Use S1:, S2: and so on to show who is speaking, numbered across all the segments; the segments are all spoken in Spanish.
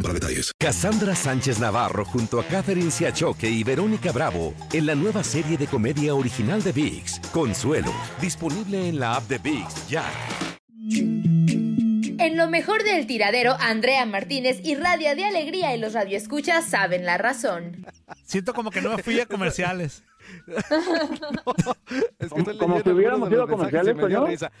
S1: para detalles.
S2: Cassandra Sánchez Navarro junto a Catherine Siachoque y Verónica Bravo en la nueva serie de comedia original de VIX, Consuelo, disponible en la app de VIX ya.
S3: En lo mejor del tiradero, Andrea Martínez irradia de alegría y los radioescuchas saben la razón.
S4: Siento como que no me fui a comerciales.
S5: Es
S6: Como-
S5: estoy
S6: como
S5: leyendo
S6: que hubiéramos
S5: algunos de los
S6: ido
S5: mensajes y
S6: a
S5: me
S6: comerciales,
S5: dio
S6: ¿no?
S5: risa.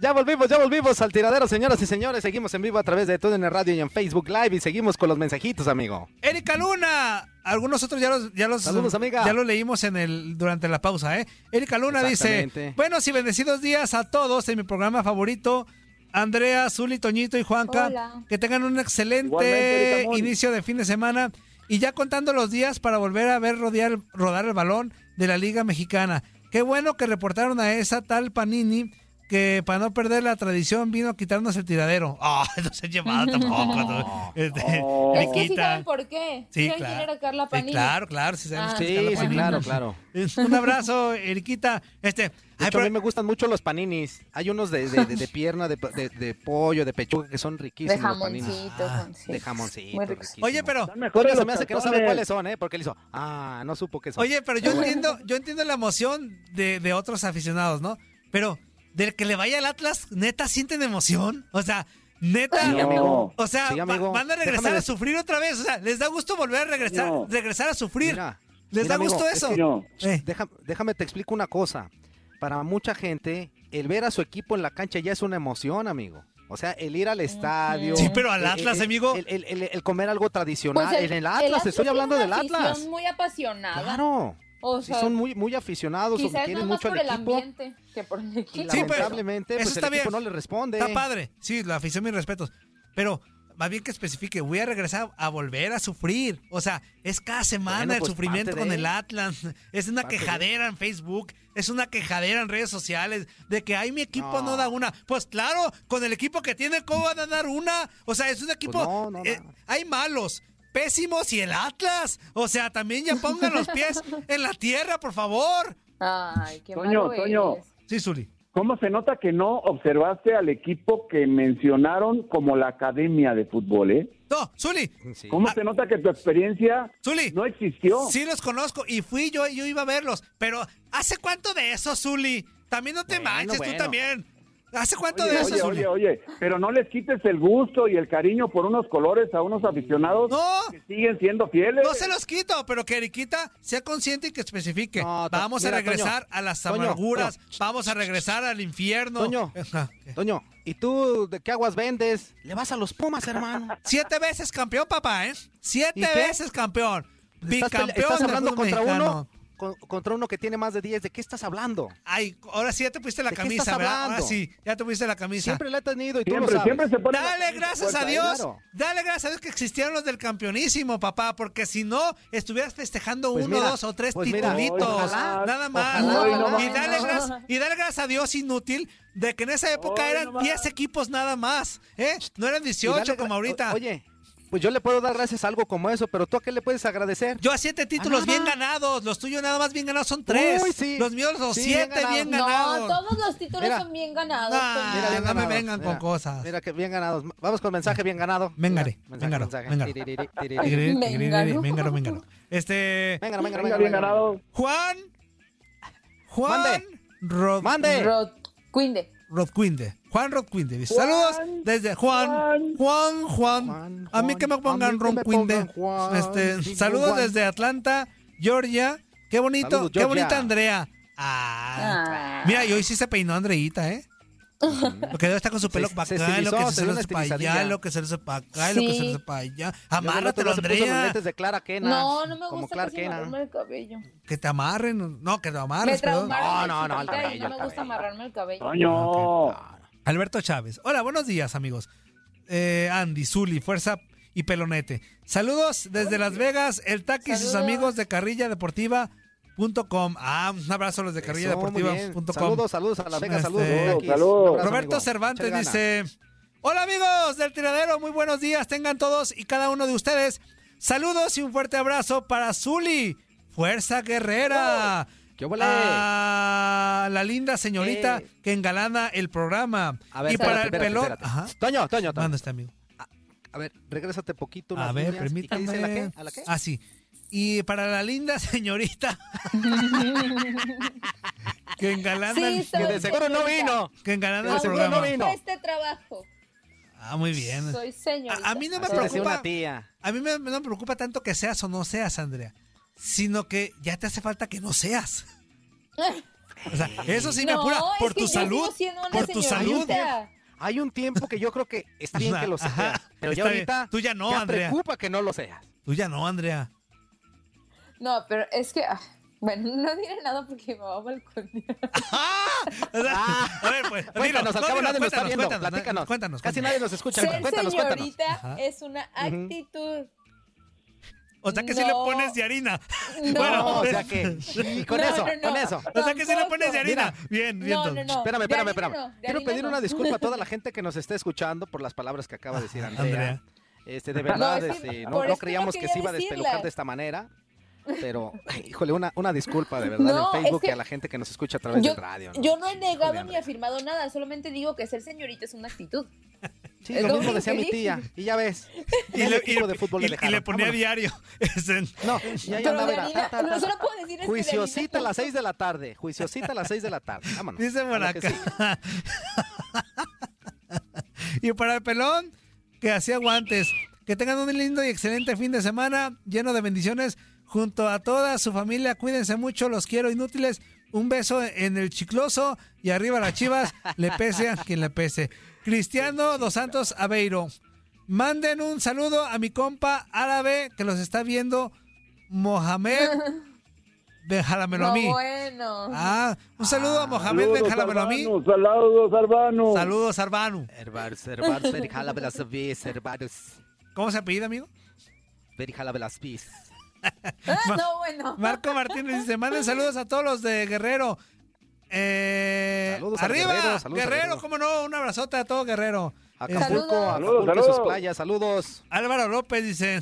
S5: Ya volvimos, ya volvimos al tiradero, señoras y señores. Seguimos en vivo a través de todo en el radio y en Facebook Live y seguimos con los mensajitos, amigo.
S4: Erika Luna. Algunos otros ya los, ya los,
S5: Saludos, amiga.
S4: ya los leímos en el, durante la pausa, ¿eh? Erika Luna dice,
S5: Exactamente.
S4: buenos y bendecidos días a todos en mi programa favorito. Andrea, Zuli, Toñito y Juanca,
S3: Hola.
S4: que tengan un
S6: Igualmente,
S4: excelente
S6: Erika Mon.
S4: inicio de fin de semana y ya contando los días para volver a ver rodear, rodar el balón de la Liga Mexicana. Qué bueno que reportaron a esa tal Panini que para no perder la tradición vino a quitarnos el tiradero. Ah, no se ha llevado tampoco. no. Este,
S6: Oh.
S4: le
S7: Es que sí
S4: quita.
S7: saben por qué.
S4: Sí,
S7: ¿Saben
S4: claro.
S7: quién era Carla
S4: Sí,
S7: Panini?
S4: claro, claro, sí sabemos
S7: Ah.
S4: quién
S5: Sí,
S4: es Carla
S5: sí,
S4: Panini.
S5: claro, claro.
S4: Es- Un abrazo, Eriquita. Este,
S5: De hecho,
S4: ay,
S5: a
S4: pero-
S5: mí me gustan mucho los paninis. Hay unos de, de- de- de pierna, de, de- de pollo, de pechuga que son riquísimos.
S3: De
S5: los paninis.
S3: jamoncito,
S4: Ah,
S3: jamoncito.
S5: de jamoncito.
S3: Muy rico.
S5: riquísimo.
S4: oye, pero,
S6: Son mejores
S5: Todavía se
S6: los
S5: me hace que no sabe
S6: cartones.
S5: cuáles son, ¿eh? Porque él hizo. Ah, no supo que son.
S4: oye, pero yo
S5: Pero bueno.
S4: entiendo, yo entiendo la emoción de, de otros aficionados, ¿no? Pero del que le vaya al Atlas, neta sienten emoción. O sea, neta.
S5: Sí, amigo.
S4: O sea,
S5: Sí,
S4: va-
S5: amigo.
S4: van a regresar
S5: Déjame
S4: a
S5: des-
S4: sufrir otra vez. O sea, les da gusto volver a regresar,
S6: No.
S4: regresar a sufrir.
S5: Mira,
S4: ¿Les
S5: mira,
S4: da gusto
S5: amigo, es
S4: eso?
S5: que-
S6: No.
S4: Eh,
S5: Deja- déjame te explico una cosa. Para mucha gente, el ver a su equipo en la cancha ya es una emoción, amigo. O sea, el ir al estadio.
S4: Sí, pero al
S5: el- el-
S4: Atlas,
S5: el-
S4: amigo.
S5: El, el- el- el comer algo tradicional.
S7: Pues
S5: en el Atlas, te estoy
S7: tiene
S5: hablando
S7: una
S5: del
S7: afición
S5: Atlas.
S7: muy apasionada.
S5: Claro.
S7: O
S5: Sí,
S7: sea,
S5: son muy, muy aficionados, o
S7: quizás
S5: quieren
S7: no más
S5: mucho
S7: por
S5: al
S7: el
S5: equipo.
S7: ambiente que por el
S5: Y
S4: Sí,
S7: equipo.
S4: pero-
S5: lamentablemente,
S4: eso
S5: pues el
S4: está
S5: equipo
S4: bien.
S5: no le responde.
S4: Está padre. Sí, la afición, mis respetos. Pero más bien que especifique, voy a regresar a volver a sufrir. O sea, es cada semana
S5: Bueno,
S4: el
S5: pues,
S4: sufrimiento
S5: parte
S4: con
S5: de.
S4: el Atlas. Es una
S5: Parte de.
S4: quejadera en Facebook, es una quejadera en redes sociales de que, ay, mi equipo no,
S5: No.
S4: da una. Pues claro, con el equipo que tiene, ¿cómo van a dar una? O sea, es un equipo...
S5: Pues, no, no,
S4: eh,
S5: no.
S4: hay malos. Pésimos y el Atlas. O sea, también ya pongan los pies en la tierra, por favor.
S7: Ay, qué
S6: Toño,
S7: malo
S6: Toño.
S7: eres.
S4: Sí, Zuli.
S6: ¿Cómo se nota que no observaste al equipo que mencionaron como la academia de fútbol, eh?
S4: No, Zuli.
S5: Sí.
S6: ¿Cómo se nota que tu experiencia
S4: Ah. Zuli.
S6: no existió?
S4: Sí los conozco y fui yo, yo iba a verlos. Pero ¿hace cuánto de eso, Zuli? También no te
S5: Bueno,
S4: manches tú
S5: bueno.
S4: también. ¿Hace cuánto
S6: Oye,
S4: de eso,
S6: oye,
S4: Zuli?
S6: oye, oye, pero no les quites el gusto y el cariño por unos colores a unos aficionados
S4: No.
S6: que siguen siendo fieles.
S4: No se los quito, pero que Eriquita sea consciente y que especifique.
S5: No, to-
S4: vamos a
S5: mira,
S4: regresar
S5: Toño,
S4: a las
S5: Toño,
S4: amarguras,
S5: Toño.
S4: vamos a regresar al infierno.
S5: Toño.
S4: Ajá.
S5: Toño, ¿y tú de qué aguas vendes? Le vas a los Pumas, hermano.
S4: Siete veces campeón, papá, ¿eh?
S5: ¿Y
S4: Siete
S5: qué?
S4: veces campeón.
S5: Estás, pele-
S4: Bicampeón
S5: estás
S4: del
S5: hablando
S4: fútbol
S5: contra
S4: mexicano.
S5: uno con- contra uno que tiene más de 10. ¿De qué estás hablando?
S4: Ay, ahora sí ya te pusiste la
S5: ¿De qué estás
S4: camisa, ¿verdad? Ahora
S5: hablando?
S4: sí, ya te pusiste la camisa.
S5: Siempre la he tenido y tú lo
S6: siempre,
S5: sabes.
S6: siempre se ponen
S4: Dale gracias a
S5: puerta,
S4: Dios.
S5: claro.
S4: Dale gracias a Dios que existieron los del campeonísimo, papá, porque si no, estuvieras festejando
S5: Pues
S4: uno,
S5: mira,
S4: dos o tres
S5: pues mira,
S4: titulitos.
S5: ojalá,
S4: nada más.
S5: ojalá.
S7: Hoy no
S4: y,
S7: más.
S4: dale gracias, y dale gracias a Dios inútil de que en esa época
S6: Hoy
S4: eran
S6: no más.
S4: 10 equipos nada más, ¿eh? No eran
S5: Y dale
S4: 18
S5: gra-
S4: como ahorita.
S5: o- Oye, Pues yo le puedo dar gracias a algo como eso, pero ¿tú a qué le puedes agradecer?
S4: Yo a siete títulos
S5: nada.
S4: bien ganados. Los tuyos nada más bien ganados son tres.
S5: Ah, Uy, sí.
S4: Los míos los
S5: Sí, bien
S4: siete bien
S7: No,
S4: ganados.
S7: todos los títulos
S5: Mira.
S7: son bien ganados.
S4: Nah,
S7: Toño.
S4: ah, no me
S5: ganados,
S4: vengan con
S5: mira,
S4: cosas.
S5: Mira que bien ganados. Vamos con mensaje bien ganado.
S4: Véngale,
S5: Mira,
S4: véngalo, véngalo.
S5: Tiriri, tiriri.
S4: Tigre, tigre,
S7: Véngalo.
S4: véngalo, véngalo. Este.
S5: Véngalo, véngalo,
S6: Venga,
S5: véngalo,
S6: bien
S5: véngalo.
S6: ganado.
S4: Juan. Juan
S5: Mande.
S4: Rod-
S5: Mande.
S7: Rod- Quinde.
S4: Rodquinde. Juan Rodquinde. dice, Saludos desde Juan. Juan, Juan.
S5: Juan,
S4: a mí
S5: Juan,
S4: que me
S5: a
S4: pongan
S5: mí que me
S4: Rodquinde.
S5: pongan Juan,
S4: Este,
S5: digo
S4: saludos
S5: Juan.
S4: desde Atlanta, Georgia. Qué bonito,
S5: Saludos,
S4: qué
S5: Georgia.
S4: bonita Andrea. Ah.
S7: Ah.
S4: Mira, y hoy sí se peinó Andreita, ¿eh? Lo que debe estar con su
S5: Se-
S4: pelo
S5: se
S4: para acá,
S5: estilizó,
S4: lo que se,
S5: se
S4: se
S5: dio
S4: lo
S5: una
S4: hace para allá,
S5: estilizadilla.
S4: lo que se lo hace para acá, y lo que
S7: Sí.
S4: se lo hace para allá.
S5: Luego el otro
S4: Amárratelo,
S5: no se puso los
S4: Andrea.
S5: lentes de Clara Kena.
S7: No, no me
S5: Como
S7: gusta
S5: Clark
S7: casi
S5: Kena. Ah,
S7: amarrarme el cabello.
S4: Que te amarren. No, que te
S7: Me
S4: amarres, perdón.
S7: traumaron.
S5: No, no,
S7: de
S5: no, el
S7: chiquita y
S5: cabello, el
S7: No me gusta
S5: cabello.
S7: amarrarme el cabello.
S4: Ah,
S6: Toño.
S4: Alberto Chávez. Hola, buenos días, amigos. Eh, Andy, Zuli, Fuerza y Pelonete. Saludos desde Las Vegas, el Taqui y sus
S7: Saludos.
S4: amigos de Carrilla Deportiva.com. Ah, un abrazo a los de Carrilla
S5: Eso, muy bien.
S4: Deportiva.com.
S5: Saludos, saludos a Las Vegas,
S4: Este,
S5: saludos. Takis.
S6: saludos.
S5: Un abrazo,
S4: Roberto
S5: amigo.
S4: Cervantes
S5: Échale ganas.
S4: dice: Hola, amigos del tiradero, muy buenos días. Tengan todos y cada uno de ustedes. Saludos y un fuerte abrazo para Zuli, Fuerza Guerrera.
S5: ¿Qué hubo, le?
S4: ah, A la linda señorita
S5: Oh, Eh.
S4: que engalana el programa.
S5: A ver,
S4: y para
S5: espérate,
S4: el
S5: espérate,
S4: pelón.
S5: espérate.
S4: Ajá.
S5: Toño, Toño, Toño.
S4: Manda este amigo.
S5: A ver, regrésate poquito. unas
S4: A ver,
S5: líneas. ¿Y qué
S4: permítame.
S5: dice la qué? ¿A la qué?
S4: Ah, sí. Y para la linda señorita. que engalana,
S7: Sí,
S4: el-
S7: soy
S5: Que de seguro no vino.
S4: que engalana
S5: de
S4: el
S5: seguro no
S4: programa.
S5: vino.
S7: No este trabajo.
S4: Ah, muy bien.
S7: Soy señorita.
S4: A, a mí no me
S5: Así decía
S4: preocupa.
S5: una tía.
S4: A mí me- me no me preocupa tanto que seas o no seas, Andrea. Sino que ya te hace falta que no seas. O sea, eso sí me
S7: No,
S4: apura.
S7: es
S4: Por tu
S7: que yo sigo
S4: salud.
S7: siendo una
S4: Por tu salud.
S7: señorita.
S5: Hay un tiempo que yo creo que es bien que lo
S4: Ajá,
S5: seas. Pero ya
S4: está bien.
S5: ahorita.
S4: Tú ya no, Andrea.
S5: preocupa que no lo seas.
S4: Tú ya no, Andrea.
S7: No, pero es que. ah, bueno, no diré nada porque me va a balconear.
S4: ¡Ah! O sea,
S5: Ah.
S4: a ver, pues.
S5: Cuéntanos,
S4: dinos,
S5: al
S4: no,
S5: cabo nadie
S4: dinos,
S5: nos está viendo.
S4: cuéntanos,
S5: Platícanos.
S4: Cuéntanos.
S5: Casi
S4: cuéntanos.
S5: nadie nos escucha.
S7: Ser
S5: Cuéntanos, cuéntanos.
S7: señorita
S4: Ajá.
S7: es una actitud.
S4: O sea que si le
S7: No.
S4: pones de harina.
S7: No.
S5: No,
S4: Bueno,
S5: o sea que. y con
S7: No,
S5: eso,
S7: no, no.
S5: con eso.
S4: O sea que si le pones de harina.
S5: Mira.
S4: Bien, bien.
S7: No,
S4: Toño.
S7: no, no.
S5: Espérame,
S7: de
S5: espérame,
S7: harina
S5: espérame.
S7: no, de
S5: Quiero
S7: harina
S5: pedir
S7: no.
S5: una disculpa a toda la gente que nos está escuchando por las palabras que acaba de decir Andrea.
S4: Andrea.
S5: Este, de verdad,
S7: No, es que
S5: este, no,
S7: por
S5: no
S7: eso no
S5: creíamos que
S7: quería
S5: se iba a
S7: decirla.
S5: despelucar de esta manera. Pero, híjole, una, una disculpa de verdad
S7: No,
S5: en
S7: es
S5: Facebook
S7: que
S5: y a la gente que nos escucha a través
S7: Yo,
S5: de radio.
S7: yo no he
S5: Híjole,
S7: negado ni
S5: Andrea.
S7: afirmado nada, solamente digo que ser señorita es una actitud.
S5: Sí,
S7: es
S5: lo
S7: lo
S5: mismo
S7: único
S5: decía
S7: que
S5: mi
S7: dije.
S5: tía. Y ya ves.
S4: Y le, y-
S5: de fútbol
S4: y- y le
S5: dejaron.
S4: ponía
S5: Vámonos.
S4: diario. Este,
S5: No, ya ya
S7: Pero
S5: andaba.
S7: de
S5: era,
S7: harina,
S5: ta, ta, ta.
S7: lo solo puedo decir es que de
S5: Juiciosita a
S7: harina-
S5: las 6 de la tarde. Juiciosita a las 6 de la tarde. Vámonos.
S4: dice por
S5: A lo que
S4: acá.
S5: sigue.
S4: y para el pelón, que hacía guantes. Que tengan un lindo y excelente fin de semana, lleno de bendiciones, junto a toda su familia. Cuídense mucho, los quiero inútiles. Un beso en el chicloso y arriba las chivas, le pese a quien le pese. Cristiano Dos Santos Aveiro. Manden un saludo a mi compa árabe que los está viendo, Mohamed. Déjalamelo a
S7: No,
S4: mí.
S7: bueno.
S4: Ah, un saludo a Mohamed Benjalamelo a mí.
S6: hermanos, Saludos, hermanos.
S4: Saludos, Arbanu.
S5: Herbaros, herbaros, verjala de las bis, herbaros,
S4: ¿Cómo se apellida, amigo?
S5: verjala de las bis.
S7: Ah,
S4: Ma-
S7: no, bueno.
S4: Marco Martínez dice, manden saludos a todos los de Guerrero. Eh,
S5: Saludos al
S4: arriba,
S5: Guerrero,
S4: Guerrero,
S5: saludos al Guerrero.
S4: cómo no, un abrazote a todo Guerrero. Eh,
S5: Acapulco,
S7: Saludos.
S5: Acapulco y sus
S6: Saludos.
S5: playas, saludos.
S4: Álvaro López dice,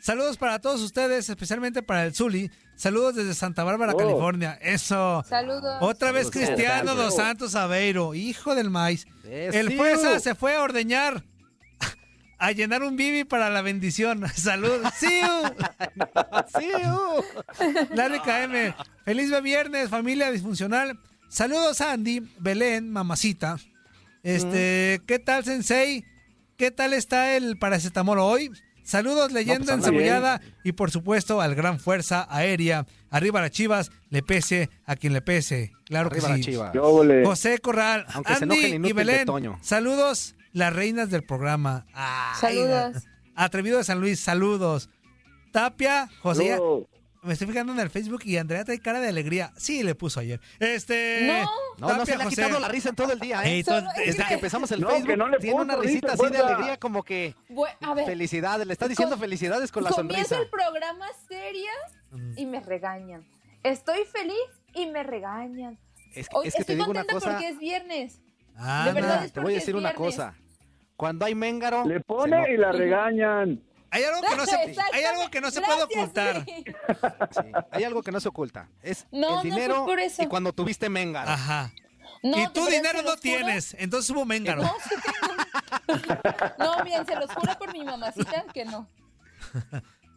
S4: saludos para todos ustedes, especialmente para el Zuli. Saludos desde Santa Bárbara,
S6: Oh.
S4: California. Eso.
S7: Saludos.
S4: Otra vez
S5: Saludos,
S4: Cristiano
S5: Álvaro.
S4: Dos Santos Aveiro, hijo del maíz.
S5: Yes,
S4: El
S5: you.
S4: Fuerza se fue a ordeñar. A llenar un bibi para la bendición. Saludos. Sí.
S5: Sí, uh.
S4: Larry KM, feliz viernes, familia disfuncional. Saludos Andy, Belén, mamacita. Este, ¿qué tal Sensei? ¿Qué tal está el paracetamol hoy? Saludos leyenda
S5: No, pues, anda
S4: encebollada y por supuesto al gran fuerza aérea. Arriba las Chivas, le pese a quien le pese. Claro
S5: Arriba
S4: que
S5: la
S4: sí.
S5: chiva.
S6: Yo, ole.
S4: José Corral,
S5: Aunque se
S4: Andy
S5: enoje el
S4: y
S5: inútil de
S4: Belén.
S5: Toño.
S4: Saludos, las reinas del programa. Ay,
S7: Saludos.
S4: Atrevido de San Luis, saludos. Tapia, José. ya-
S6: Saludos.
S4: me estoy fijando en el Facebook y Andrea trae cara de alegría. Sí, le puso ayer. Este.
S7: No.
S5: No, no se
S4: Tapia
S5: le ha
S4: José.
S5: quitado la risa en todo el día,
S4: Ey,
S5: ¿eh?
S4: todo-
S7: Solo es
S4: es
S5: Desde
S4: que-
S5: que empezamos el
S6: No,
S5: Facebook,
S6: que no le
S5: tiene una
S6: pongo
S5: risita
S6: risa, pues,
S5: así de
S6: fuerza.
S5: alegría como que
S7: Bueno, a ver.
S5: felicidades, le está diciendo
S7: Com-
S5: felicidades con la
S7: comienzo
S5: sonrisa.
S7: el programa seria y me regañan. Estoy feliz y me regañan.
S5: Es que,
S7: Hoy
S5: es que te
S7: estoy
S5: digo una
S7: contenta
S5: cosa,
S7: porque es viernes.
S4: Ah,
S7: de
S4: no.
S7: verdad es
S5: te voy
S7: porque
S5: a
S7: es
S5: decir una
S7: viernes.
S5: cosa. Cuando hay méngaro,
S6: Le
S5: se enoja.
S6: pone y la regañan.
S4: Hay algo que no se, hay algo que no se puede
S7: Gracias,
S4: ocultar.
S7: sí.
S5: Sí, Hay algo que no se oculta. Es
S7: No, no
S5: el
S7: fue
S5: dinero
S7: por eso.
S5: y cuando tuviste menga.
S4: Ajá.
S7: No,
S4: y tú
S7: de verdad,
S4: dinero
S7: se
S4: no
S7: los juro.
S4: tienes, entonces hubo
S7: No,
S4: Mengaro.
S7: sí tengo. No, miren, se los juro por mi mamacita que no.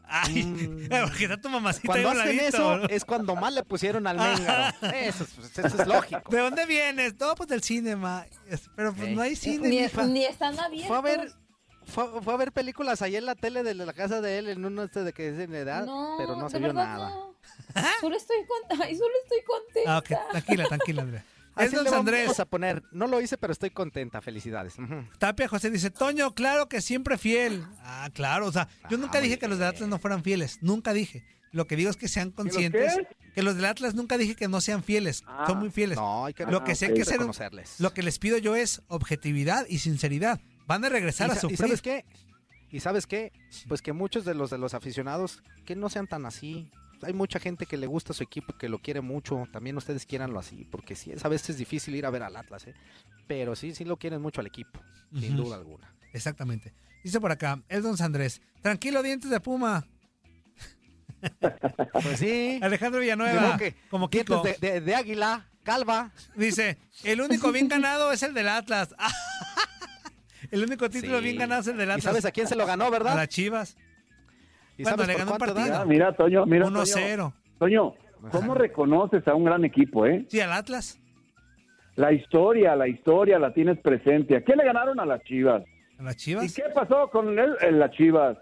S4: Ay, porque está tu mamacita ahí a
S5: Mm. Cuando
S4: un
S5: hacen
S4: ladito,
S5: eso eh,
S4: ¿no? Ah.
S5: es cuando más le pusieron al menga. Eso, es- pues, eso es lógico.
S4: ¿De dónde vienes? No, pues del cinema. Es- Pero pues
S5: Ey.
S4: no hay cine,
S7: Ni,
S4: mifa.
S7: ni están abiertos.
S5: Fue a ver fue, fue a ver películas ahí en la tele de la casa de él en uno este de que es en edad,
S7: No,
S5: pero no se
S7: de
S5: vio
S7: verdad,
S5: nada.
S7: no. Solo estoy con... Ay, solo estoy contenta.
S4: Ah, ok, tranquila, tranquila, Andrea. Es
S5: Así le
S4: Don
S5: vamos
S4: Andrés.
S5: a poner. No lo hice, pero estoy contenta. Felicidades. Ujú.
S4: Tapia José dice, Toño, claro que siempre fiel. Ah, claro, o sea, yo
S5: Ah,
S4: nunca
S5: muy
S4: dije que los del
S5: bien.
S4: Atlas no fueran fieles, nunca dije. Lo que digo es que sean conscientes que los del Atlas nunca dije que no sean fieles,
S6: Ah,
S4: son muy fieles.
S5: No, hay que,
S4: Lo que
S5: hay
S4: sé que ser un-
S5: reconocerles.
S4: Lo que les pido yo es objetividad y sinceridad. Van a regresar
S5: ¿Y
S4: a
S5: sa- ¿Y
S4: sufrir.
S5: sabes qué? ¿Y sabes qué? Pues que muchos de los de los aficionados que no sean tan así. Hay mucha gente que le gusta su equipo, que lo quiere mucho. También ustedes quieranlo así, porque sí, es a veces difícil ir a ver al Atlas, ¿eh? Pero sí, sí lo quieren mucho al equipo, sin
S4: Ujú.
S5: duda alguna.
S4: Exactamente. Dice por acá, el Don Andrés, tranquilo, dientes de puma.
S5: Pues sí.
S4: Alejandro
S5: Ni
S4: Villanueva,
S5: modo que
S4: como Kiko,
S5: dientes de, de- de águila, calva.
S4: dice, el único bien ganado es el del Atlas. el único título
S5: Sí.
S4: bien ganado es el del
S5: ¿Y
S4: Atlas.
S5: sabes a quién se lo ganó,
S4: a
S5: verdad?
S4: las Chivas.
S5: ¿Y
S4: cuando
S5: sabes
S4: le
S5: por
S4: ganó un
S5: cuánto,
S4: partido.
S5: Dani?
S6: Ah, mira, Toño, mira. Toño.
S4: 1-0.
S6: Toño, ¿cómo reconoces a un gran equipo, eh?
S4: Sí, al Atlas.
S6: La historia, la historia la tienes presente. ¿A quién le ganaron a las Chivas?
S4: A las
S6: ¿Y
S4: Chivas.
S6: qué pasó con él en las Chivas?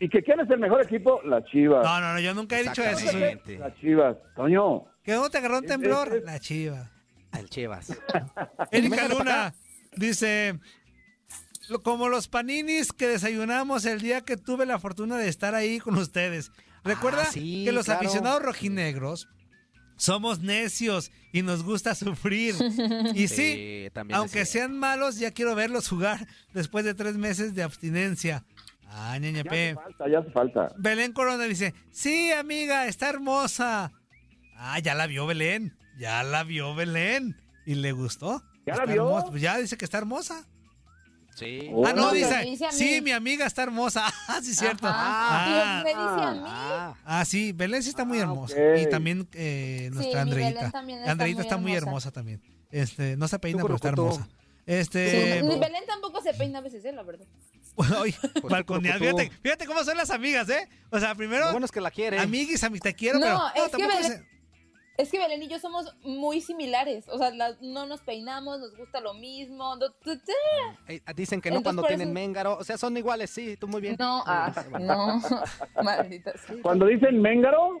S6: ¿Y que quién es el mejor equipo? Las Chivas.
S4: No, no, no, yo nunca he dicho eso.
S5: Exactamente.
S4: soy-
S6: Las Chivas. Toño,
S4: ¿Que dónde te agarró un
S6: Es-
S4: temblor?
S6: es-
S4: La Chivas.
S5: Al Chivas.
S4: Erika
S5: Véngale pa'
S4: Luna
S5: acá.
S4: dice, "Lo- como los paninis que desayunamos el día que tuve la fortuna de estar ahí con ustedes. Recuerda
S5: Ah, sí,
S4: que los
S5: claro.
S4: aficionados rojinegros somos necios y nos gusta sufrir. Y sí,
S5: también es
S4: aunque
S5: cierto.
S4: sean malos, ya quiero verlos jugar después de tres meses de abstinencia. Ah, ñaña
S6: ya
S4: P.
S6: hace falta, ya hace falta.
S4: Belén Corona dice, sí, amiga, está hermosa. Ah, ya la vio Belén, ya la vio Belén. ¿Y le gustó?
S6: ¿Ya
S4: Está
S6: la vio?
S4: hermosa. Pues ya dice que está hermosa.
S5: Sí.
S6: Oh.
S4: Ah, no,
S6: Órale.
S4: dice,
S7: Me dice a mí.
S4: sí, mi amiga está hermosa. Ah, sí, cierto.
S7: Ajá.
S4: Ah,
S7: Dios me dice a mí.
S5: Ah.
S4: ah, sí, Belén sí está muy
S6: Ah,
S4: hermosa.
S6: ok.
S4: Y también eh, nuestra
S7: mi Belén
S4: Andreita.
S7: también está
S4: Andreita
S7: muy
S4: está muy hermosa
S7: hermosa.
S4: también. Este, no se peina, pero está
S5: Tucurucutú.
S4: hermosa. Este,
S7: Sí, ni Belén tampoco se peina a veces, eh, la verdad.
S4: oye,
S5: tucurucutú.
S4: balconear, fíjate, fíjate cómo son las amigas, ¿eh? O sea, primero,
S5: Lo pues, bueno es que la quiere.
S4: amiguis, amig, te quiero,
S7: No,
S4: pero
S7: es que
S4: tampoco
S7: Belén-
S4: se-
S7: Es que Belén y yo somos muy similares. O sea, las- no nos peinamos, nos gusta lo mismo. No, tu- tu-
S5: Eh, Dicen que no
S7: Entonces,
S5: cuando
S7: por
S5: tienen
S7: eso-
S5: méngaro. O sea, son iguales, sí, tú muy bien.
S7: no, ah, no. Maldita sea.
S6: Cuando dicen Méngaro,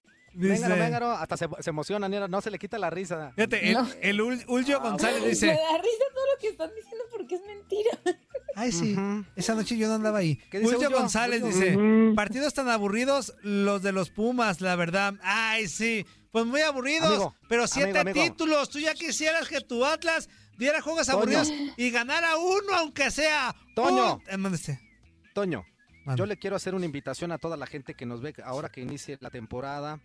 S5: Méngaro,
S4: Dice-
S5: méngaro, hasta se, se emociona, mira, no se le quita la risa.
S4: Fíjate, el,
S7: No.
S4: el Ul- Ulgio González
S7: Me
S4: dice,
S7: da risa todo lo que están diciendo porque es mentira.
S4: ay sí,
S5: Ujú.
S4: esa noche yo no andaba ahí.
S5: ¿Qué dice
S4: Ulgio,
S5: Ulgio?
S4: González
S5: Ulgio.
S4: dice, partidos tan aburridos los de los Pumas, la verdad. Ay sí, pues muy aburridos,
S5: Amigo,
S4: pero siete
S5: amigo, amigo.
S4: títulos. Tú ya quisieras que tu Atlas diera juegos
S5: Toño.
S4: aburridos y ganara uno aunque sea.
S5: Toño.
S4: Un- eh, mándese,
S5: Toño,
S4: mande.
S5: yo le quiero hacer una invitación a toda la gente que nos ve ahora que inicie la temporada.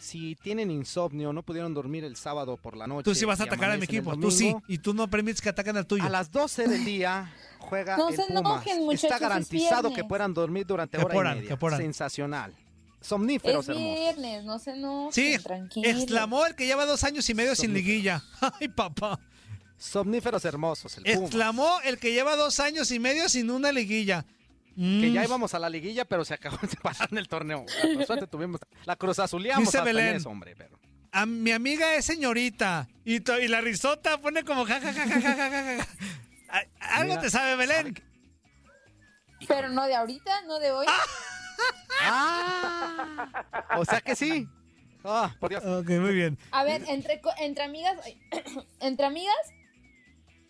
S5: Si tienen insomnio, no pudieron dormir el sábado por la noche.
S4: Tú sí vas
S5: y
S4: a atacar a mi
S5: amanecen el
S4: equipo, tú sí,
S5: domingo,
S4: y tú no permites que ataquen al tuyo.
S5: A las 12 del día juega
S7: No
S5: el
S7: se enojen,
S5: Pumas.
S7: muchachos,
S5: Está
S7: es
S5: garantizado que
S7: viernes.
S5: puedan dormir durante
S4: Que
S5: hora
S4: puedan,
S5: y
S4: que
S5: media.
S4: puedan.
S5: Sensacional. Somníferos
S7: Es
S5: hermosos.
S7: viernes, no se no.
S4: Sí,
S7: tranquilo.
S4: exclamó el que lleva dos años y medio sin liguilla. Ay papá.
S5: Somníferos hermosos, el Pumas.
S4: Exclamó el que lleva dos años y medio sin una liguilla.
S5: Que
S4: Mm.
S5: ya íbamos a la liguilla, pero se acabó de parar el torneo. La suerte tuvimos. La cruzazuleamos
S4: Dice
S5: hasta en
S4: Belén.
S5: eso, hombre. Pero.
S4: A mi amiga es señorita. Y, to- y la risota pone como ja, ja, ja, ja, ja, ja, ja, ja. A- Algo
S5: Mira,
S4: te sabe, Belén.
S7: Pero no de ahorita, no de hoy.
S5: ¡Ah! O sea que sí. Ah, por Dios.
S4: Ok, muy bien.
S7: A ver, entre, co- entre amigas, ay, entre amigas,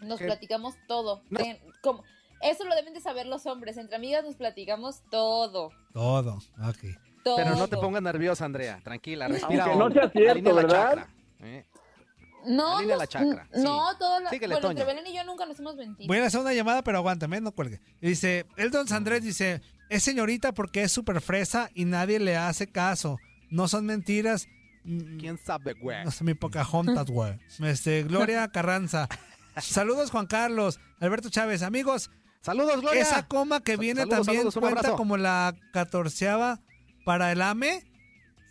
S7: nos
S5: ¿Qué?
S7: platicamos todo.
S5: No.
S7: De- como- Eso lo deben de saber los hombres. Entre amigas nos platicamos todo.
S4: Todo, ok.
S7: todo.
S5: Pero no te pongas nerviosa, Andrea. Tranquila, respira.
S6: Aunque no
S5: hondo.
S6: sea cierto,
S5: Alinea la
S6: ¿verdad?
S5: chakra, ¿eh?
S7: No,
S5: Alina
S7: no,
S5: la chacra, sí.
S7: no, todo lo-
S5: Síguele,
S7: bueno,
S5: Toño.
S7: entre Belén y yo nunca nos hemos mentido.
S4: Voy a hacer una llamada, pero aguántame, no cuelgue. Dice, el don Andrés dice, es señorita porque es súper fresa y nadie le hace caso. No son mentiras. Mm,
S5: ¿Quién sabe, güey?
S4: No sé, mi Pocahontas, güey. Este, Gloria Carranza. Saludos, Juan Carlos. Alberto Chávez. Amigos,
S5: Saludos, Gloria.
S4: esa coma que
S5: Sa-
S4: viene
S5: saludos,
S4: también
S5: saludos, un
S4: cuenta
S5: abrazo.
S4: como la catorceava para el AME.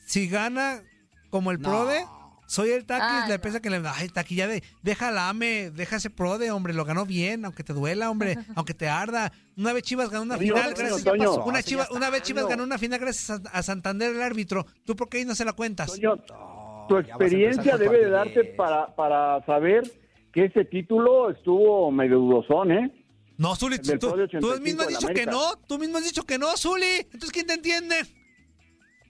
S4: Si gana como el
S5: No.
S4: PRODE, soy el Taquis,
S7: Ah,
S4: le
S7: no.
S4: pesa que le... Ay, Taqui, ya de... Deja el AME, deja ese PRODE, hombre. Lo ganó bien, aunque te duela, hombre. aunque te arda. Una vez Chivas ganó una
S6: Dios,
S4: final.
S6: Dios,
S4: gracias-
S5: ya
S6: Toño.
S5: pasó,
S4: una,
S5: eso ya
S4: Chivas-
S5: está.
S4: una vez Chivas
S5: No,
S4: ganó una final gracias a, a Santander, el árbitro. ¿Tú por qué ahí no se la cuentas?
S6: Toño,
S5: Ah, no,
S6: tu
S5: ya vas a empezar
S6: experiencia
S5: con
S6: debe de
S5: partidiez.
S6: darte para, para saber que ese título estuvo medio dudosón, ¿eh?
S4: No, Zuli,
S6: El
S4: tú,
S6: del
S4: tú-
S6: Podio
S4: tú
S6: 85
S4: mismo has
S6: de la
S4: dicho que
S6: América.
S4: no, tú mismo has dicho que no, Zuli. Entonces, ¿quién te entiende?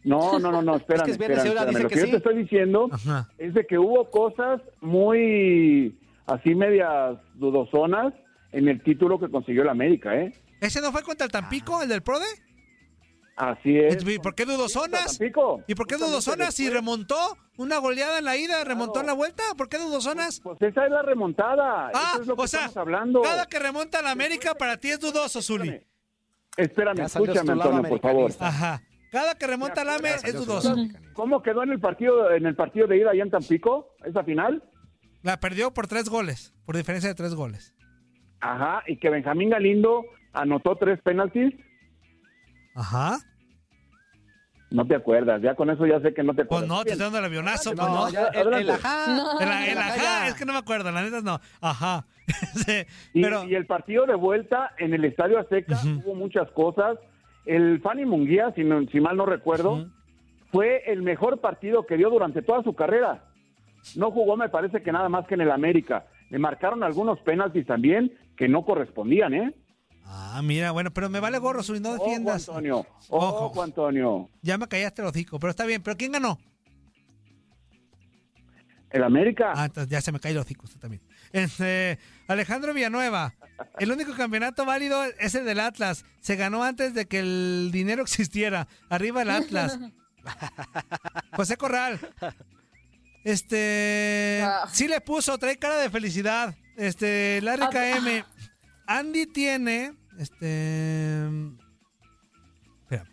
S6: No, no, no, no, espérame,
S5: es viernes
S6: espérame,
S5: y ahora
S6: espérame.
S5: dice
S6: Lo
S5: que
S6: que yo
S5: sí.
S6: te estoy diciendo
S4: Ajá.
S6: es de que hubo cosas muy así medias dudosonas en el título que consiguió el América, ¿eh?
S4: ¿Ese no fue contra el
S7: Ah.
S4: Tampico, el del PRODE?
S6: Así es.
S4: ¿Y por qué dudosonas?
S6: Tampico.
S4: ¿Y por qué
S6: Justamente
S4: dudosonas? Si
S6: después.
S4: remontó una goleada en la ida, remontó en la vuelta, ¿por qué dudosonas?
S6: Pues esa es la remontada.
S4: Ah,
S6: Pues, Eso es lo que
S4: o sea,
S6: estamos hablando.
S4: cada que remonta a la América para ti es dudoso, Zuli.
S6: Espérame,
S5: Ya salió
S6: escúchame,
S5: su lado
S6: Antonio, por favor.
S5: americanista.
S4: Ajá. Cada que remonta al AME
S5: Ya
S4: es
S5: salió su
S4: dudoso.
S5: lado americanista.
S6: ¿Cómo quedó en el partido en el partido de ida allá en Tampico? Esa final.
S4: La perdió por tres goles, por diferencia de tres goles.
S6: Ajá, y que Benjamín Galindo anotó tres penaltis.
S4: Ajá.
S6: No te acuerdas, ya con eso ya sé que no te
S4: Pues
S6: acuerdas.
S4: no, te
S6: Bien.
S4: estoy dando el avionazo, pues
S5: No,
S4: no.
S5: ya, el, el
S6: Adelante.
S5: ajá.
S4: El, el
S5: ajá,
S4: ajá,
S5: ya.
S4: es que no me acuerdo, la neta no. Ajá. Sí,
S6: y,
S4: pero,
S6: y el partido de vuelta en el Estadio Azteca
S4: Ujú.
S6: hubo muchas cosas. El Fanny Munguía, si, no- si mal no recuerdo,
S4: Ujú.
S6: fue el mejor partido que dio durante toda su carrera. No jugó, me parece que nada más que en el América. Le marcaron algunos penaltis también que no correspondían, ¿eh?
S4: Ah, mira, bueno, pero me vale gorro, Zuli, no defiendas.
S6: Ojo, Antonio.
S4: Ojo.
S6: Ojo, Antonio.
S4: Ya me callaste el hocico, pero está bien. ¿Pero quién ganó?
S6: El América.
S4: Ah, entonces ya se me cae el hocico usted también. Este, Alejandro Villanueva, el único campeonato válido es el del Atlas. Se ganó antes de que el dinero existiera. Arriba el Atlas. José Corral. Este,
S7: Ah.
S4: sí le puso, trae cara de felicidad. Este, Larry
S7: Ah,
S4: KM. Andy tiene, este, espérame.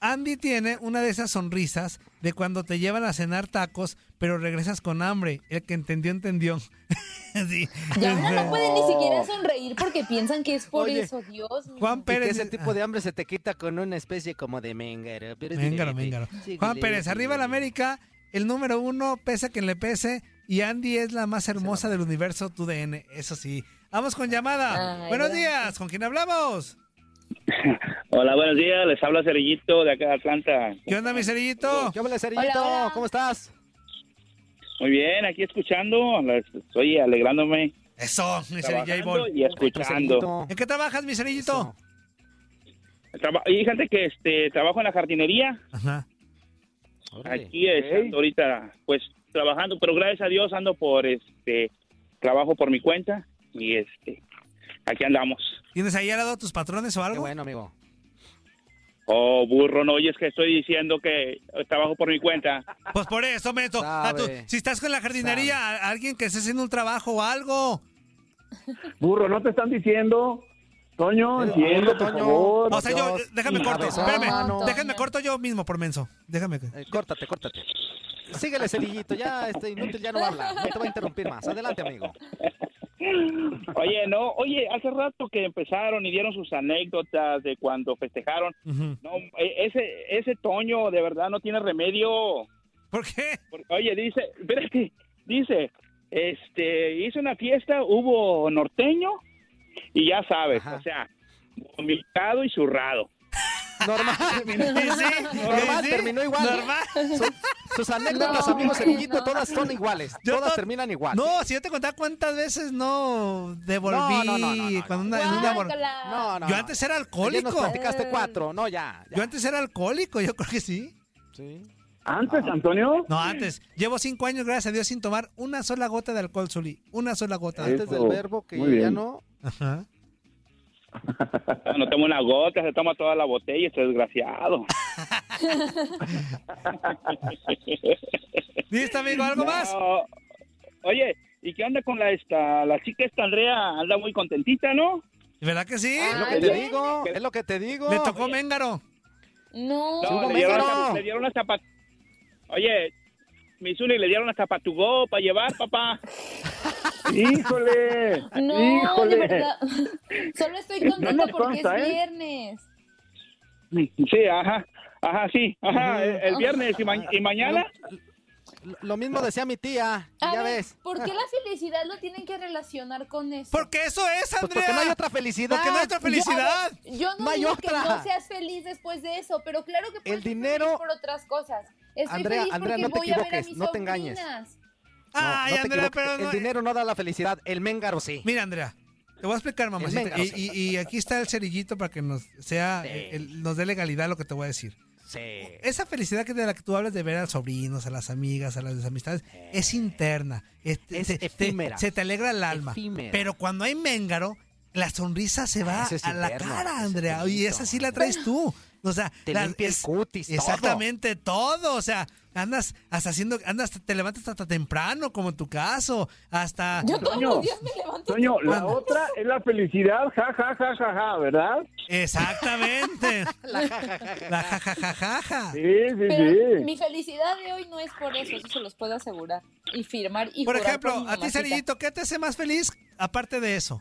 S4: Andy tiene una de esas sonrisas de cuando te llevan a cenar tacos, pero regresas con hambre. El que entendió, entendió. Sí.
S7: Ya ahora
S4: Este,
S7: no pueden ni siquiera sonreír porque piensan que es por
S5: Oye,
S7: eso, Dios mío.
S4: Juan
S5: Y que
S4: Pérez.
S5: ese tipo de hambre se te quita con una especie como de mengaro. pero es
S4: Véngalo,
S5: diferente.
S4: véngalo.
S5: Sí,
S4: Juan
S5: sí,
S4: Pérez,
S5: sí,
S4: arriba
S5: sí.
S4: la América, el número uno, pese a quien le pese, y Andy es la más hermosa del universo, tu DN, eso sí. Vamos con llamada.
S7: Ay,
S4: Buenos
S7: gracias.
S4: días, ¿con quién hablamos?
S8: Hola, buenos días. Les habla Cerillito de acá de Atlanta.
S4: ¿Qué onda, mi cerillito?
S5: ¿Qué hola, Cerillito?
S7: Hola, hola.
S5: ¿Cómo estás?
S8: Muy bien, aquí escuchando. las- Estoy alegrándome.
S4: Eso, mi cerilla y
S8: Trabajando
S4: bol.
S8: y escuchando.
S5: Cerillito.
S4: ¿En qué trabajas, mi cerillito?
S5: Eso.
S8: Traba- y fíjate que este trabajo en la jardinería.
S4: Ajá.
S5: Órale.
S8: Aquí
S6: Este,
S8: estando ahorita, pues trabajando. Pero gracias a Dios ando por este trabajo por mi cuenta y este aquí andamos.
S4: ¿Tienes ahí al lado tus patrones o
S5: Qué
S4: algo?
S5: bueno, amigo.
S8: Oh, burro, no oyes que estoy diciendo que trabajo por mi cuenta.
S4: Pues por eso, Meto.
S5: Sabe.
S4: Ah, tú, si estás con la jardinería, a- alguien que esté haciendo un trabajo o algo.
S6: Burro, no te están diciendo. Toño,
S5: Eh,
S6: entiendo,
S5: Toño.
S6: por favor.
S4: O sea, yo,
S5: Dios.
S4: déjame
S5: Y
S4: corto,
S5: cabezón,
S4: espérame,
S5: mano.
S4: déjame
S7: Toño.
S4: corto yo mismo por menso. Déjame. que-
S5: Eh, córtate, córtate. Síguele, Cerillito. Ya este inútil ya no va a hablar. No te va a interrumpir más. Adelante, amigo.
S8: Oye, no, oye, hace rato que empezaron y dieron sus anécdotas de cuando festejaron.
S4: Ujú.
S8: No, e- ese, ese Toño de verdad no tiene remedio.
S4: ¿Por qué?
S8: Porque, oye, dice, espérate, dice, este, hizo una fiesta, hubo norteño y ya sabes,
S5: Ajá.
S8: o sea, vomitado y zurrado.
S5: Normal.
S4: Sí, sí,
S5: Normal,
S4: sí, sí.
S5: terminó igual.
S4: Normal.
S5: Son- sus anécdotas,
S7: No,
S5: amigo Cerillito,
S7: no.
S5: todas son iguales.
S4: Yo
S5: todas
S4: to-
S5: terminan igual.
S4: No, si yo te contaba cuántas veces no devolví
S5: No, no, no, no, no,
S4: cuando
S5: no.
S4: una- en una-
S7: Guácala.
S5: no, no.
S4: Yo
S5: no.
S4: antes era
S5: Ayer nos
S4: alcohólico.
S5: platicaste cuatro. No, ya. ya.
S4: Yo antes era alcohólico, yo creo que sí.
S5: Sí.
S6: Antes, Antonio.
S4: No, antes. Llevo cinco años, gracias a Dios, sin tomar una sola gota de alcohol, Zuli. Una sola gota.
S6: Eh.
S5: Antes del
S6: Eso.
S5: verbo que
S6: Muy
S5: ya
S6: bien.
S5: no.
S4: Ajá.
S8: Ah, No toma una gota, se toma toda la botella, este desgraciado.
S4: ¿Listo, amigo? ¿Algo más?
S8: Oye, ¿y qué onda con la esta la chica esta Andrea? Anda muy contentita, ¿no?
S4: ¿Verdad que sí?
S7: Ah,
S5: Es lo que te digo, es lo que te digo.
S4: Le tocó Méngaro.
S7: No.
S8: No,
S5: Hugo
S8: le dieron,
S5: Méndaro.
S8: hasta- le dieron hasta pa- Oye, Misuli le dieron hasta patugó para llevar, papá.
S6: ¡Híjole!
S7: No, de
S6: ¡Híjole!
S7: verdad. Solo estoy contenta
S6: No nos
S7: porque
S6: consta,
S7: es
S6: ¿eh?
S7: viernes.
S8: Sí, ajá. Ajá, sí. Ajá, el, el viernes y,
S5: Ah.
S8: ma- y mañana.
S5: Lo, lo mismo decía mi tía,
S7: A
S5: ya
S7: ver,
S5: ves.
S7: ¿por qué la felicidad lo tienen que relacionar con eso?
S4: Porque eso es,
S5: Pues porque no hay
S4: Andrea.
S5: otra felicidad.
S4: Porque no hay otra felicidad.
S7: Yo no,
S5: No hay
S7: digo
S5: otra.
S7: que no seas feliz después de eso, pero claro que puedes
S5: El
S7: ser
S5: dinero-
S7: feliz por otras cosas. Estoy
S5: Andrea,
S7: feliz
S5: Andrea,
S7: porque
S5: no te
S7: voy a ver a
S5: equivoques,
S7: mis
S5: no te engañes.
S7: sobrinas.
S5: No, no
S4: Ay,
S5: te
S4: Andrea,
S5: equivoques,
S4: pero no. eh,
S5: El dinero no da la felicidad, el méngaro sí.
S4: Mira, Andrea, te voy a explicar, mamacita.
S5: Méngaro.
S4: Y, y- y aquí está el cerillito para que nos sea
S5: Sí.
S4: el- nos dé legalidad lo que te voy a decir.
S5: Sí.
S4: Esa felicidad que de la que tú hablas de ver a los sobrinos, a las amigas, a las amistades, es interna. Es,
S5: Eh. Es
S4: se, te-
S5: efímera.
S4: se te alegra el alma.
S5: Efímera.
S4: Pero cuando hay méngaro, la sonrisa se va
S5: Ese es
S4: a la
S5: interno,
S4: cara,
S5: ese
S4: Andrea. Y
S5: pelito.
S4: esa sí la traes tú. O sea,
S5: Te
S4: la-
S5: limpia el
S4: es-
S5: cutis, todo.
S4: Exactamente todo. O sea, andas hasta haciendo, andas, te levantas hasta temprano, como en tu caso. Hasta
S7: Yo todos
S6: Toño,
S7: los días me levanto.
S6: Toño, la
S4: Manda.
S6: otra es la felicidad, ja, ja, ja, ja, ja, ¿verdad?
S4: Exactamente. la jajajajaja.
S6: Sí, sí,
S7: Pero
S6: sí.
S7: mi felicidad de hoy no es por eso, eso se los puedo asegurar y firmar y
S4: Por
S7: jurar
S4: ejemplo,
S7: mi
S4: a ti,
S7: mamacita.
S4: Cerillito, ¿qué te hace más feliz aparte de eso?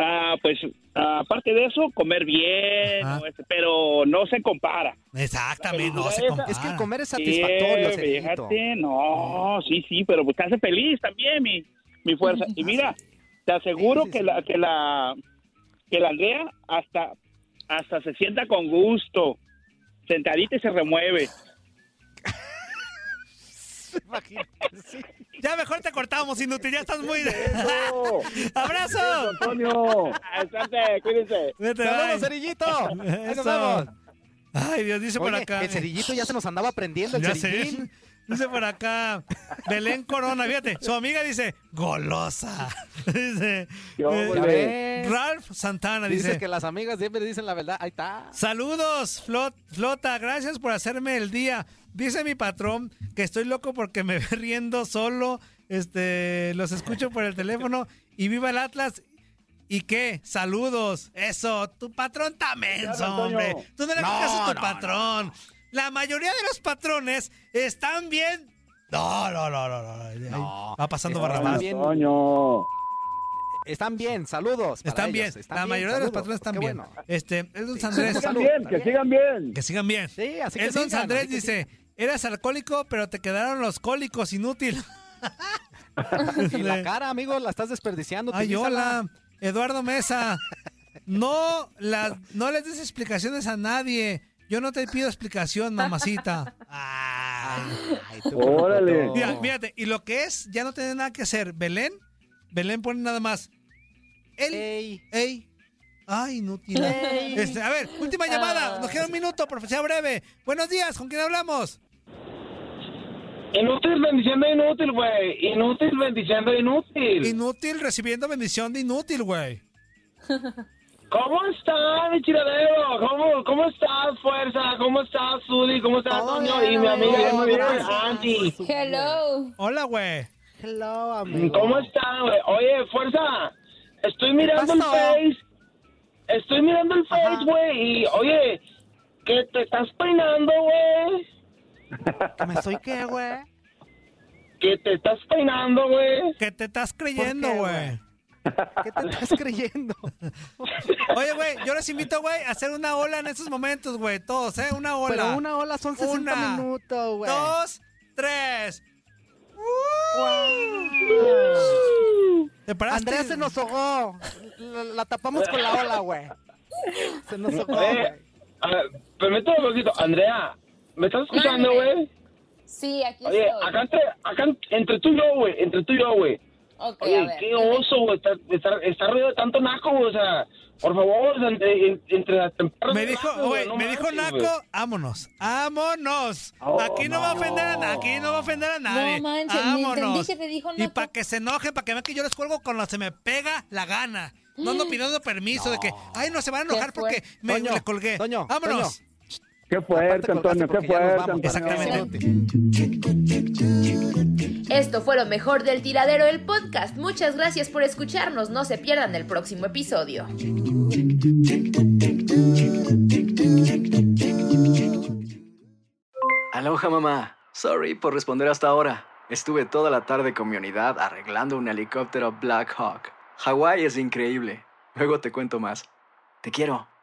S8: Ah, pues aparte de eso, comer bien,
S5: Ah.
S4: Ajá.
S8: o este, pero no se compara.
S4: Exactamente, no
S8: felicidad
S4: se
S8: esa-
S4: compara.
S5: Es que el comer es satisfactorio,
S8: Sí,
S5: Sergito.
S8: Eh, fíjate, no, sí, sí, pero pues te hace feliz también mi, mi fuerza. Y mira, te aseguro
S5: Sí, sí,
S8: que
S5: sí.
S8: la que la que la Andrea hasta hasta se sienta con gusto, sentadita y se remueve.
S5: Imagínate, sí.
S4: Ya mejor te cortamos, inútil, ya estás muy...
S5: Ah.
S8: Oh.
S6: Eso.
S4: ¡Abrazo!
S6: Antonio.
S8: Suerte, cuídense.
S4: Vete,
S5: ¡Saludos,
S4: bye.
S5: Cerillito! Ahí
S4: Eso.
S5: nos vemos.
S4: Ay, Dios, dice por
S5: Oye,
S4: acá. eh.
S5: el cerillito ya se nos andaba aprendiendo, el
S4: Ya
S5: cerillín.
S4: sé. Dice por acá, Belén Corona, fíjate, su amiga dice, golosa. Dice, eh,
S6: Qué óvole.
S5: Ya ves.
S4: Ralph Santana
S5: Dice,
S4: dice,
S5: que las amigas siempre dicen la verdad. Ahí está.
S4: Saludos, Flot- Flota, gracias por hacerme el día. Dice mi patrón que estoy loco porque me ve riendo solo. Este, los escucho por el teléfono y viva el Atlas. ¿Y qué? Saludos. Eso, tu patrón también,
S6: Antonio.
S4: hombre. Tú no le hagas
S5: No,
S4: caso a tu
S5: no,
S4: patrón. La mayoría de los patrones están bien. No, no, no, no, no. Ahí
S5: No,
S4: va pasando
S5: están
S4: barrabás.
S5: bien.
S6: Toño.
S5: Están bien, saludos. para
S4: Están bien.
S5: ellos, están
S4: la
S5: bien,
S4: mayoría de los
S5: saludos.
S4: patrones están
S5: Qué
S4: bien.
S5: bueno.
S4: Este, el
S5: Sí.
S4: Andrés.
S6: Que sigan
S5: Salud.
S6: bien, que sigan bien.
S4: Que sigan bien.
S5: Sí, así que
S4: El Don
S5: sigan,
S4: Andrés
S5: así que
S4: dice, eras alcohólico, pero te quedaron los cólicos, inútil.
S5: sigan. Y la cara, amigo, la estás desperdiciando.
S4: Ay,
S5: utilízala.
S4: hola, Eduardo Mesa. No, las, no les des explicaciones a nadie. Yo no te pido explicación, mamacita. Ah,
S5: Ay, tú,
S6: Órale.
S5: Roberto.
S4: Mira, fíjate, y lo que es, ya no tiene nada que hacer. Belén, Belén pone nada más. Él, ey,
S5: Ey,
S4: ay, inútil.
S5: Eh. Ey.
S4: Este, a ver, última llamada. Nos queda un minuto, profesor breve. Buenos días, ¿con quién hablamos?
S8: Inútil bendición de inútil, güey. Inútil bendición de inútil.
S4: Inútil recibiendo bendición de inútil, güey.
S8: ¿Cómo estás, mi tiradero? ¿Cómo, ¿Cómo estás, fuerza? ¿Cómo estás, Sudi? ¿Cómo estás,
S5: Hola,
S8: Toño? Y mi
S5: hola,
S8: amiga, muy bien,
S5: gracias.
S8: Andy.
S7: Hello.
S4: Hola, güey.
S5: hello, amigo.
S8: ¿Cómo están, güey? Oye, fuerza, estoy mirando el
S5: pasó?
S8: Face. Estoy mirando el
S5: Ajá.
S8: Face, güey. Y, oye, que te estás peinando, güey.
S5: ¿Que ¿Me estoy qué, güey?
S8: Que te estás peinando, güey.
S4: Que te estás creyendo,
S5: ¿Por qué,
S4: güey.
S5: ¿Qué te estás creyendo?
S4: Oye, güey, yo les invito, güey, a hacer una ola en estos momentos, güey. Todos, ¿eh? Una ola.
S5: Pero una ola son 60
S4: Una,
S5: minutos, güey.
S4: Dos, tres. ¿Te paraste?
S5: Andrea se nos ahogó. La, la tapamos con la ola, güey. Se nos ahogó,
S8: Eh,
S5: güey.
S8: a ver, permítame un poquito. Andrea, ¿me estás escuchando,
S7: Mándeme.
S8: güey?
S7: Sí, aquí
S8: Oye,
S7: estoy.
S8: acá entre, acá entre tú y yo, güey. Entre tú y yo, güey.
S7: Ok, a
S8: Oye,
S7: ver.
S8: qué oso, güey, estar, estar, estar rodeado de tanto naco, güey, o sea, por favor, o sea, entre, en- entre las temperaturas
S4: Me dijo,
S8: naco,
S4: güey,
S8: no
S4: me dijo
S8: manches,
S4: Naco,
S8: güey.
S4: vámonos, vámonos.
S6: Oh,
S4: aquí no, va a ofender a na- aquí no va a ofender a nadie.
S7: No manches, ni entendí
S4: vámonos.
S7: que te dijo
S4: y
S7: Naco.
S4: para que se enojen, para que vean que yo les cuelgo cuando se me pega la gana. No
S7: Mm.
S4: ando pidiendo permiso de que, ay, no se van a enojar
S7: fue?
S4: porque me
S5: Toño,
S4: le colgué.
S5: Toño,
S4: Vámonos.
S5: Toño.
S6: Qué
S5: Aparte colgaste
S6: fuerte, Antonio, qué
S5: porque ya nos
S6: fuerte.
S5: vamos.
S6: Antonio.
S4: Exactamente.
S3: Esto fue lo mejor del tiradero del podcast. Muchas gracias por escucharnos. No se pierdan el próximo episodio.
S9: Aloha mamá. Sorry por responder hasta ahora. Estuve toda la tarde con mi unidad arreglando un helicóptero Black Hawk. Hawái es increíble. Luego te cuento más. Te quiero.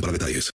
S1: para detalles.